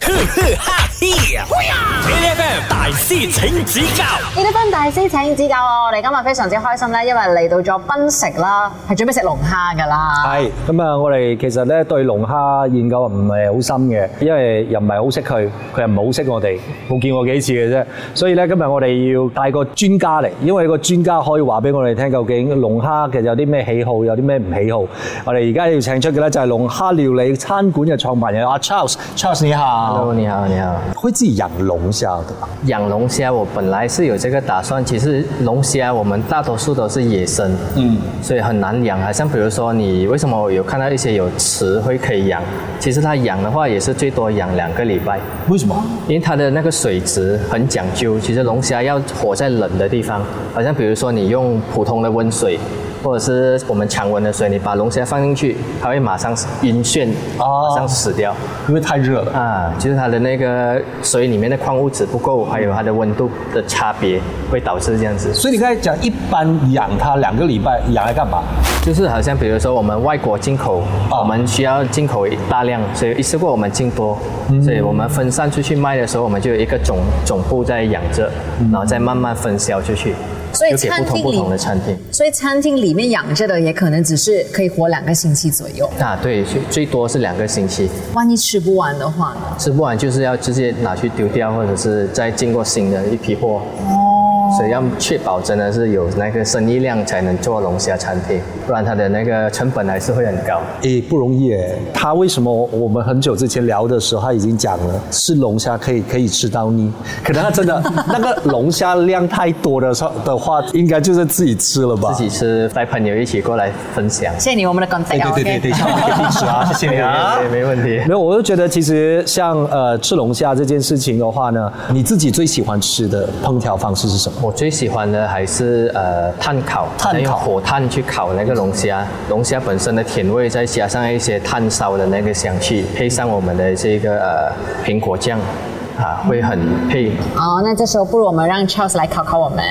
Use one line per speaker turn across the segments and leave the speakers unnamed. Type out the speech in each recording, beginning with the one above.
哈 FM 大師請指教
呢啲分大師請指教啊！我哋今日非常之開心咧，因為嚟到咗檳城啦，係準備食龍蝦㗎啦。
係咁啊！我哋其實咧對龍蝦研究唔係好深嘅，因為又唔係好識佢，佢又唔係好識我哋，冇見過幾次嘅啫。所以咧今日我哋要帶個專家嚟，因為個專家可以話俾我哋聽，究竟龍蝦其實有啲咩喜好，有啲咩唔喜好。我哋而家要請出嘅咧就係龍蝦料理餐館嘅創辦人阿 Charles，Charles 你好。
Hello，你好，你好。
會自己養龍蝦的吧？
养龙虾，我本来是有这个打算。其实龙虾我们大多数都是野生，嗯，所以很难养。好像比如说你为什么我有看到一些有池会可以养，其实它养的话也是最多养两个礼拜，
為什麼？
因为它的那个水质很讲究。其实龙虾要活在冷的地方，好像比如说你用普通的温水。或者是我们常温的水，你把龙虾放进去，它会马上晕眩，
哦
马上死掉。
因為太熱了。
啊，就是它的那个水里面的矿物质不够，还有它的温度的差别，会导致这样子。
所以你剛才講一般養它兩個禮拜，養來幹嘛？
就是好像比如说我们外国进口，
哦
我们需要进口大量，所以一次过我们进多，所以我们分散出去卖的时候，我们就有一个总总部在养着，然后再慢慢分销出去，
所以
就给不
餐厅
同不
里
同的餐厅。
所以餐廳裡面養着的也可能只是可以活兩個星期左右，
啊，对，最最多是两个星期，
萬一吃不完的話呢？
吃不完就是要直接拿去丢掉，或者是再进过新的一批货。哦，所以要确保真的是有那个生意量才能做龙虾餐厅，不然它的那个成本还是会很高。
也不容易诶，他为什么我们很久之前聊的时候，他已经讲了，吃龙虾可以可以吃到腻，可能他真 的那个龙虾量太多的时候的话，应该就是自己吃了吧？
自己吃，带朋友一起过来分享。
謝謝你，我們的 contact 啊。OK
下午可以吃啊，谢谢 你啊。
没问题
没。有，我就觉得其实像呃吃龙虾这件事情的话呢，你自己最喜欢吃的烹调方式是什么？
我最喜欢的还是呃炭烤，
炭烤
用火炭去烤那个龙虾，龙虾本身的甜味，再加上一些炭烧的那个香气，配上我们的这个呃苹果酱，啊，会很配。
好，那這時候不如我們讓 Charles 來考考我們。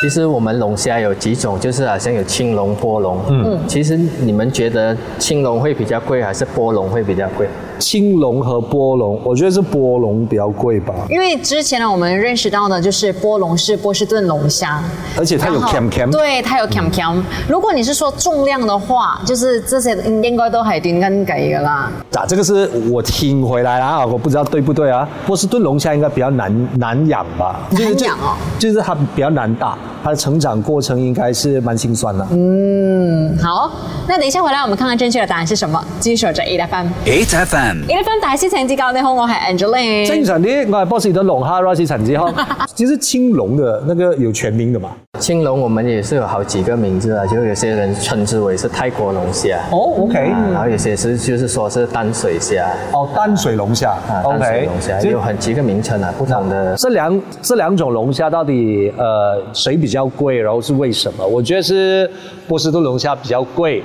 其实我们龙虾有几种，就是好像有青龙、波龙。嗯，其实你们觉得青龙会比较贵，还是波龙会比较贵？
青龙和波龙，我觉得是波龙比较贵吧，
因為之前呢，我們認識到的就是波龍是波士頓龍蝦，
而且它有
然後
cam cam。
對，它有 cam cam。如果你是說重量的話，就是這些應該都係短斤計㗎啦。
啊，这个是我听回来啦，我不知道对不对啊。波士顿龙虾应该比较难难养吧？就是
难养哦
就，就是它比较难大，它的成长过程应该是蛮心酸的。
嗯好，那等一下回來我們看看正確的答案是什麼。繼續守着 A F M。
，H FM
A F M 大師請指教，你好，我係 Angeline。
精神啲，我系波士顿龙虾 Rice 陈 志康。其实青龙的那个有全名的嘛？
青龙我们也是有好几个名字啊，就有些人称之为是泰国龙虾。
哦，OK，
啊，然后有些是就是说是淡水虾
哦，淡水龙虾
啊，淡水龙虾有很几个名称啊，不同的
这两这两种龙虾到底呃谁比较贵，然后是为什么？我觉得是波士顿龙虾比较贵，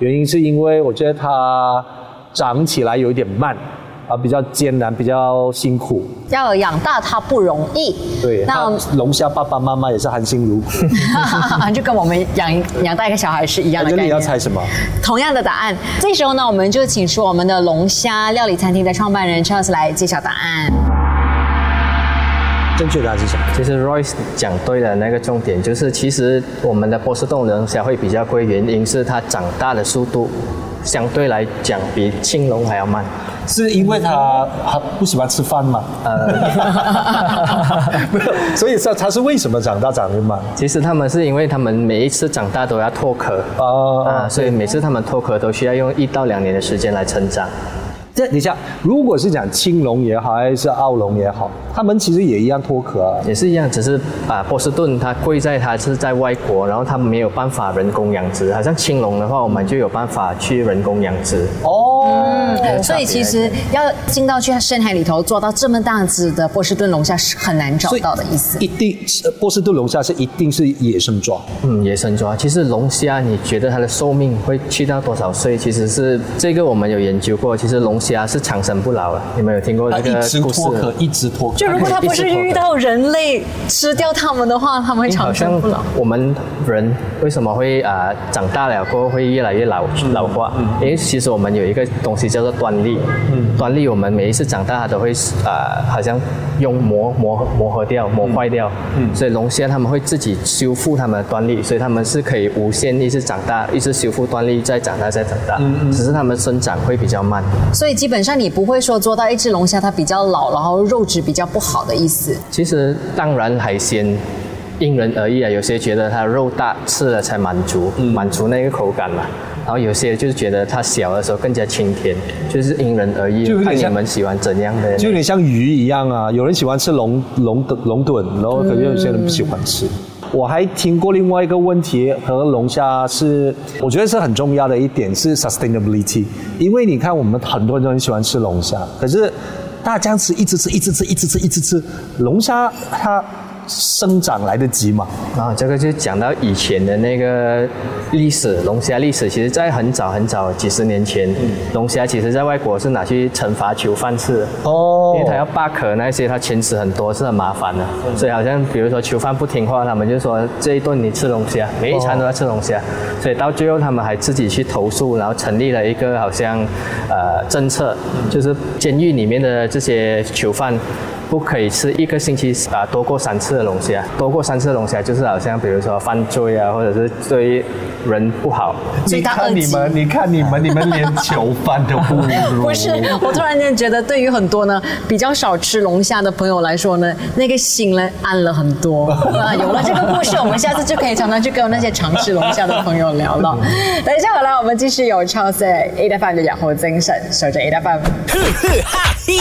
原因是因为我觉得它长起来有一点慢，啊比较艰难，比较辛苦。
要养大它不容易。
对，
那
那龙虾爸爸妈妈也是含辛茹苦。
就跟我们养养大一个小孩是一样
我
的
觉
概
得你要猜
念。
什么？
同样的答案，这时候呢，我们就请出我们的龙虾料理餐厅的创办人 Charles 来揭晓答案。
正确答案是什么？
其实 Royce 讲对了，那个重点就是，其实我们的波士顿龙虾会比较贵，原因是它长大的速度相对来讲比青龙还要慢。
是因为它它不喜欢吃饭吗？呃， 没有，所以它它是为什么长大长得慢？
其实他们是因为他们每一次长大都要脱壳。
哦
啊，所以每次他们脱壳都需要用一到两年的时间来成长。
这等一下，如果是讲青龙也好，还是澳龙也好，他们其实也一样脱壳啊。
也是一样，只是啊，波士顿它贵在它是在外国，然后它没有办法人工养殖。好像青龙的话，我们就有办法去人工养殖。
哦，
所以其实要进到去它深海里头做到这么大只的波士顿龙虾是很难找到的意思。
一定呃波士顿龙虾是一定是野生抓，
嗯，野生抓。其实龙虾，你觉得它的寿命会去到多少岁？其实是这个我们有研究过，其实龙虾是长生不老的。啊你们有听过
啊
这个故事？
一直脱壳
就如果它不是
一直脱壳
遇到人类吃掉它们的话，它们会
好
长
像
生不老。
我们呃人为什么会啊、长大了过后会越来越老、老化？因为其实我们有一个东西叫做端粒。嗯，端粒我们每一次长大它都会呃，好像用磨磨磨合掉、磨坏掉。嗯，所以龙虾它们会自己修复它们的端粒，所以它们是可以无限一直长大，一直修复端粒，再长大，再长大。嗯嗯，只是它们生长会比较慢。
所以基本上你不会说做到一只龙虾它比较老，然后肉质比较不好的意思。
其实当然海鲜因人而异啊，有些觉得它肉大吃了才满足，
嗯
满足那个口感嘛。然后有些就是觉得它小的时候更加清甜，就是因人而异
就有，点
看你
像
们喜欢怎样的。
就有点像鱼一样啊，有人喜欢吃龙龙龙盾，然后可能有些人不喜欢吃。我还听过另外一个问题和龙虾是，我觉得是很重要的一点是 sustainability，因为你看我们很多人都很喜欢吃龙虾，可是大家这样吃一直吃一直吃一直吃一直吃，龙虾它生长来得及吗？
然啊后这个就讲到以前的那个历史，龙虾历史，其实在很早很早几十年前，
嗯
龙虾其实在外国是拿去惩罚囚犯吃的。
哦
因为它要扒壳那些，它牵扯很多是很麻烦的，所以好像比如说囚犯不听话，他们就说这一顿你吃龙虾，每一餐都要吃龙虾，所以到最后他们还自己去投诉，然后成立了一个好像呃政策，就是监狱里面的这些囚犯。不可以吃一个星期啊、多过三次的龙虾，多过三次的龙虾就是好像比如说犯罪啊，或者是对人不好，
所以
你
它
看
二
你
级
们，你看你们，你们连囚犯都不如。
不是，我突然间觉得，对于很多呢比较少吃龙虾的朋友来说呢，那个心呢安了很多。啊，有了这个故事，我们下次就可以常常去跟那些常吃龙虾的朋友聊了。等一下回来，我们继续有超 s A F M 的养活精神，守着 A F M。
呵呵哈嘿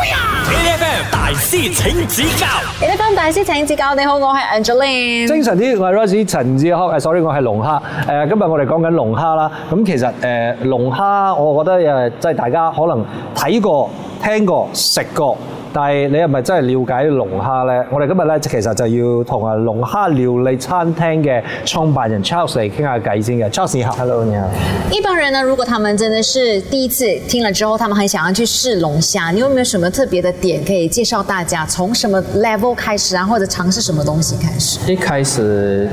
，A F M 大师请指教
，A F M 大師請指教，你好，我係 Angeline。
精神啲，我係 Rosie 陳志康，誒，sorry，我係龍蝦。誒，今日我哋講緊龍蝦啦。咁其實誒龍蝦，我覺得誒即係大家可能睇過、聽過、食過，但係你係咪真係了解龍蝦咧？我哋今日咧其實就要同啊龍蝦料理餐廳嘅創辦人 Charles 嚟傾下偈先嘅。Charles 你好
Hello，你好。
一般人呢，如果他们真的是第一次听了之后，他们很想要去试龙虾，你有没有什么特别的点可以介绍大家？从什么 level 开始啊，或者尝试什么东西开始？
一开始，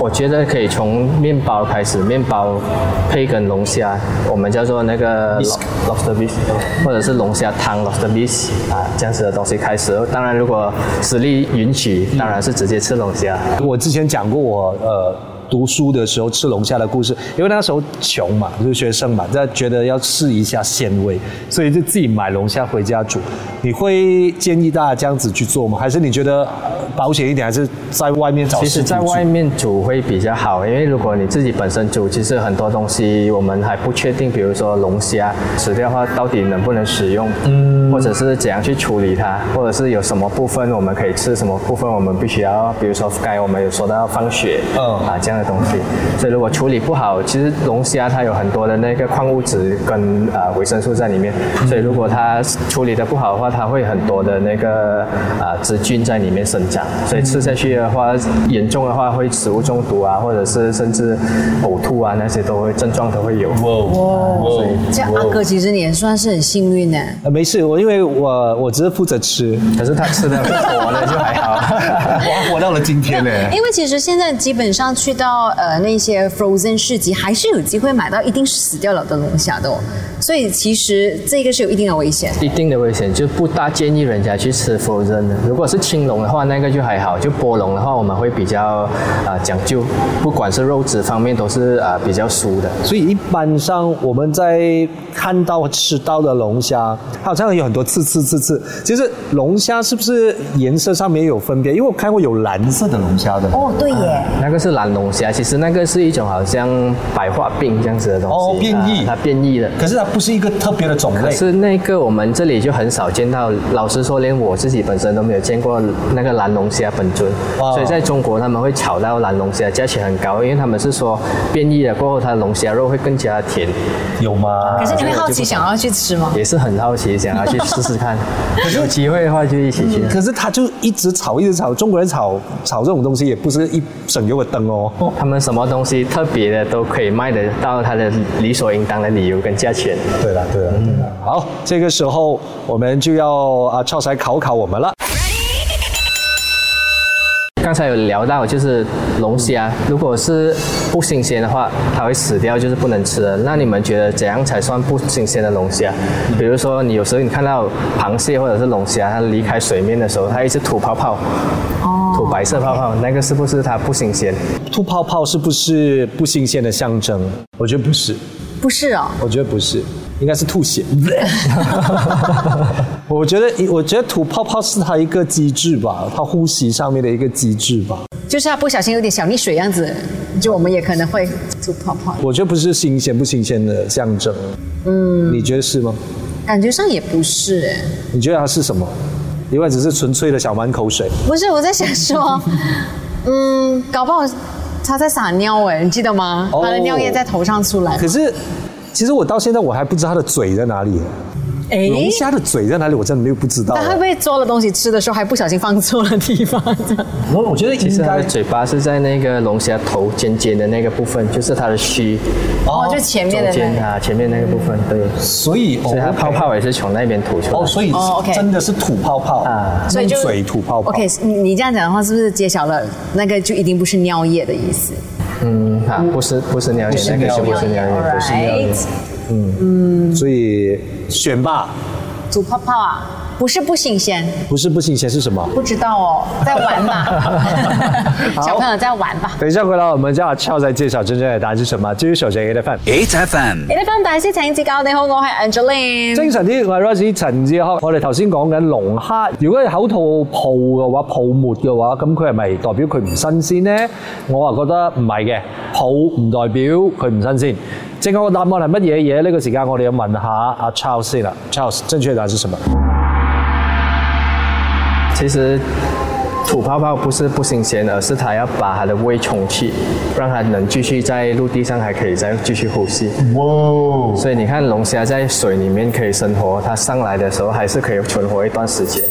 我觉得可以从面包开始，面包配一根龙虾，我们叫做那个 lo- lobster b i s 或者是龙虾汤 lobster b i s 啊，这样子的东西开始。当然，如果实力允许，当然是直接吃龙虾。
我之前讲过我呃读书的时候吃龙虾的故事，因为那时候穷嘛，就是学生嘛，但觉得要试一下鲜味，所以就自己买龙虾回家煮。你会建议大家这样子去做吗？还是你觉得保险一点，还是在外面找
其
师
实，
傅
在
煮
外面煮会比较好，因为如果你自己本身煮，其实很多东西我们还不确定，比如说龙虾死掉的话到底能不能使用，嗯，或者是怎样去处理它，或者是有什么部分我们可以吃，什么部分我们必须要，比如说刚才我们有说到要放血，
嗯
啊这样的东西，所以如果处理不好，其实龙虾它有很多的那个矿物质跟呃维生素在里面，所以如果它处理的不好的话，它会很多的那个呃子菌在里面生长，所以吃下去的话，严重的话呃会食物中毒啊，或者是甚至呕吐啊那些都会症状都会有。
哦，这样阿哥其实你也算是很幸运呢。
呃没事，我因为我我只是负责 吃，
可是它吃的不活呢啊就还好。
我还活到了今天呢。
因为其实现在基本上去到呃那些 frozen 市集，还是有机会买到一定是死掉了的龙虾的哦。所以其实这个是有一定的危险。
一定的危险，就不大建议人家去吃 frozen 的。如果是青龙的话，那个就还好；就波龙的话，我们会比较啊、呃讲究，不管是肉质方面都是啊、呃比较酥的。
所以一般上我们在看到吃到的龙虾，它好像有很多刺刺刺刺。其实龙虾是不是颜色上面也有分别？因为我看过有蓝色的龙虾的。
哦，对耶。
那个是蓝龙虾，其实那个是一种好像白化病这样子的东西。
哦变异
啊它变异的。
可是它不是一个特别的种
可
类，
是那个我们这里就很少见到，老实说，连我自己本身都没有见过那个蓝龙虾本尊，
哦
所以在中国他们会炒到蓝龙虾，价钱很高，因为他们是说变异了过后，它的龙虾肉会更加甜。
有吗？
可是你会好奇想要去吃吗？
也是很好奇，想要去试 试看。有机会的话就一起去。
嗯可是它就一直炒，一直炒。中国人炒炒这种东西也不是一省油的灯哦。
他们什么东西特别的都可以卖得到它的理所应当的理由跟价钱。
对了，对了，对了。好，这个时候我们就要啊，超来考考我们了。
刚才有聊到，就是龙虾，
嗯
如果是不新鲜的话，它会死掉，就是不能吃的。那你们觉得怎样才算不新鲜的龙虾？
嗯
比如说，你有时候你看到螃蟹或者是龙虾，它离开水面的时候，它一直吐泡泡，
哦
吐白色泡泡，那个是不是它不新鲜？
吐泡泡是不是不新鲜的象征？我觉得不是，
不是哦，
我觉得不是，应该是吐血。 我觉得，我觉得吐泡泡是它一个机制吧，它呼吸上面的一个机制吧。
就是它不小心有点小溺水样子，就我们也可能会吐泡泡，
我觉得不是新鲜不新鲜的象征。嗯，你觉得是吗？
感觉上也不是哎。
你觉得它是什么？另外只是纯粹的想玩口水。
不是，我在想说，嗯，搞不好他在撒尿哎，你记得吗？
哦
他的尿液在头上出来。
可是，其实我到现在我还不知道它的嘴在哪里。
哎
龙虾的嘴在哪里？我真的又不知道。
他会不会抓了东西吃的时候还不小心放错了地方？
我我觉得应
其实它
该
的嘴巴是在那个龙虾头尖尖的那个部分，就是它的须，
哦，就前面的
中间
那个。
啊，前面那个部分，对。
所以
所以它泡泡也是从那边吐出来。
哦，所以
哦，OK
真的是吐泡泡
啊，
所以就
用嘴吐泡泡。
OK，你你这样讲的话，是不是揭晓了那个就一定不是尿液的意思？
嗯，啊，不是不是尿液，那个就不是尿液，不是尿液
Alright，。
所以选吧，
煮泡泡啊，不是不新鲜，
不是不新鲜是什么？
不知道哦，在玩吧，
好
小朋友在玩吧。
等一下回来我们叫阿俏再揭晓真正的答案是什么。继续守着 A 的饭。
8FM。
你哋翻大師請指教，你好，我係 Angeline。
精神啲，我係 Rosie 陳志康。我哋頭先講緊龍蝦，如果係口吐泡嘅話，泡沫嘅話，咁佢係咪代表佢唔新鮮呢？我啊覺得唔係嘅，泡唔代表佢唔新鮮。正確嘅答案係乜嘢嘢？呢、個時間我哋要問下阿 Charles 先啦。Charles，正確答案是什麼？
其实吐泡泡不是不新鲜，而是它要把它的胃充气，让它能继续在陆地上还可以再继续呼吸。
哇！哦
所以你看，龙虾在水里面可以生活，它上来的时候还是可以存活一段时间。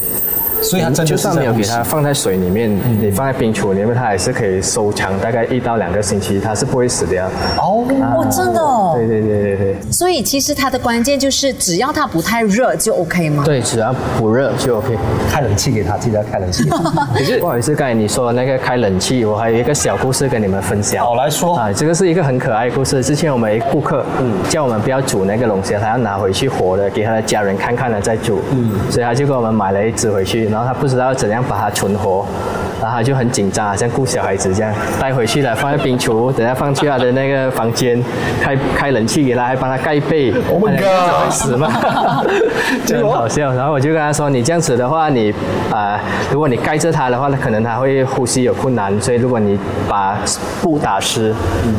所以
就算没有给它放在水里面，你放在冰橱里面，它还是可以收藏大概一到两个星期，它是不会死掉。
哦，
哦，真的哦。
啊对对对对对。
所以其实它的关键就是，只要它不太热就 OK 吗？
对，只要不热就 OK。
开冷气给他，记得开冷气。
可是不好意思，刚才你说的那个开冷气，我还有一个小故事跟你们分享。
好来说
啊，这个是一个很可爱的故事。之前我们有一个顾客，嗯，叫我们不要煮那个龙虾，他要拿回去活的，给他的家人看看了再煮。嗯，所以他就给我们买了一只回去，然后他不知道怎样把它存活。然后他就很紧张，好像顾小孩子这样带回去了，放在冰橱，等下放去他的那个房间，开开冷气给他，还帮他盖被。Oh my god！死 吗？就很好笑。然后我就跟他说：“你这样子的话，你啊、呃如果你盖着它的话，可能它会呼吸有困难，所以如果你把布打湿，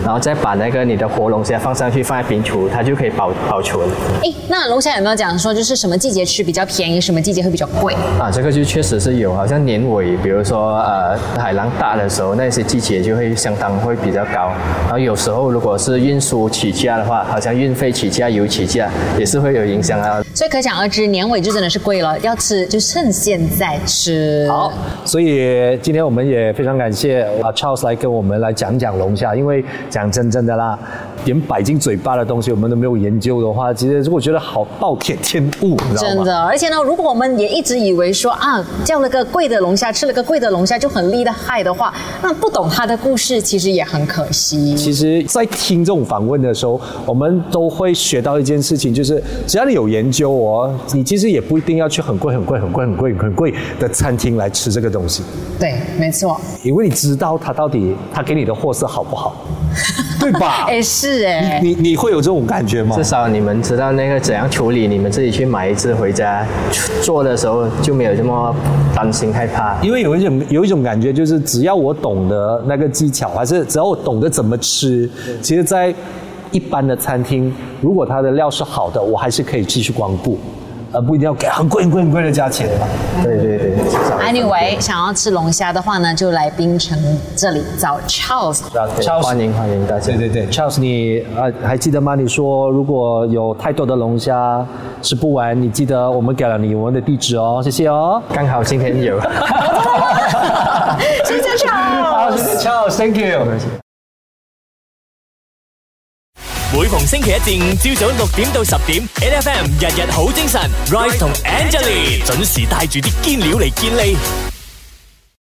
然后再把那个你的活龙虾放上去，放在冰橱，它就可以保保存。
诶，那龙虾有没有讲说，就是什么季节吃比较便宜，什么季节会比较贵？
啊，这个就确实是有，好像年尾，比如说呃海浪大的时候，那些季节就会相当会比较高。然后有时候如果是运输起价的话，好像运费起价、油起价也是会有影响啊。
所以可想而知，年尾就真的是贵了，要吃就趁现在吃。好，
所以今天我们也非常感谢啊 Charles 来跟我们来讲讲龙虾，因为讲真正的啦，连摆进嘴巴的东西我们都没有研究的话，其实我觉得好暴殄天物，你知道
真
吗？
的。而且呢，如果我们也一直以为说啊，叫了个贵的龙虾，吃了个贵的龙虾就很厉害的话，那不懂它的故事，其实也很可惜。
其实，在听这种访问的时候，我们都会学到一件事情，就是只要你有研究哦，你其实也不一定要去很贵、很贵、很贵、很贵、很贵的餐厅来吃这个东西。
对，没错。
因为你知道他到底他给你的货色好不好，对 吧？
诶，是诶。
你你会有这种感觉吗
至？少你们知道那个怎样处理，你们自己去买一只回家做的时候就没有这么担心害怕。
因为有一种有一种感觉，就是只要我懂得那个技巧，还是只要我懂得怎么吃，其实，在一般的餐厅，如果它的料是好的，我还是可以继续光顾，而不一定要给很贵很贵很贵的价钱吧。
对对对，至少
Anyway，想要吃龙虾的话呢，就来槟城这里找 Charles。
对欢迎欢迎大家。
对对对，Charles，你啊还记得吗？你说如果有太多的龙虾吃不完，你记得我们给了你我们的地址哦，谢谢哦。
刚好今天 有。
谢谢 Charles。
Charles，Thank you。
每逢星期一至五朝早六點到十點，8FM 日日好精神，Rise 同 Angelie 準時帶住啲堅料嚟健利。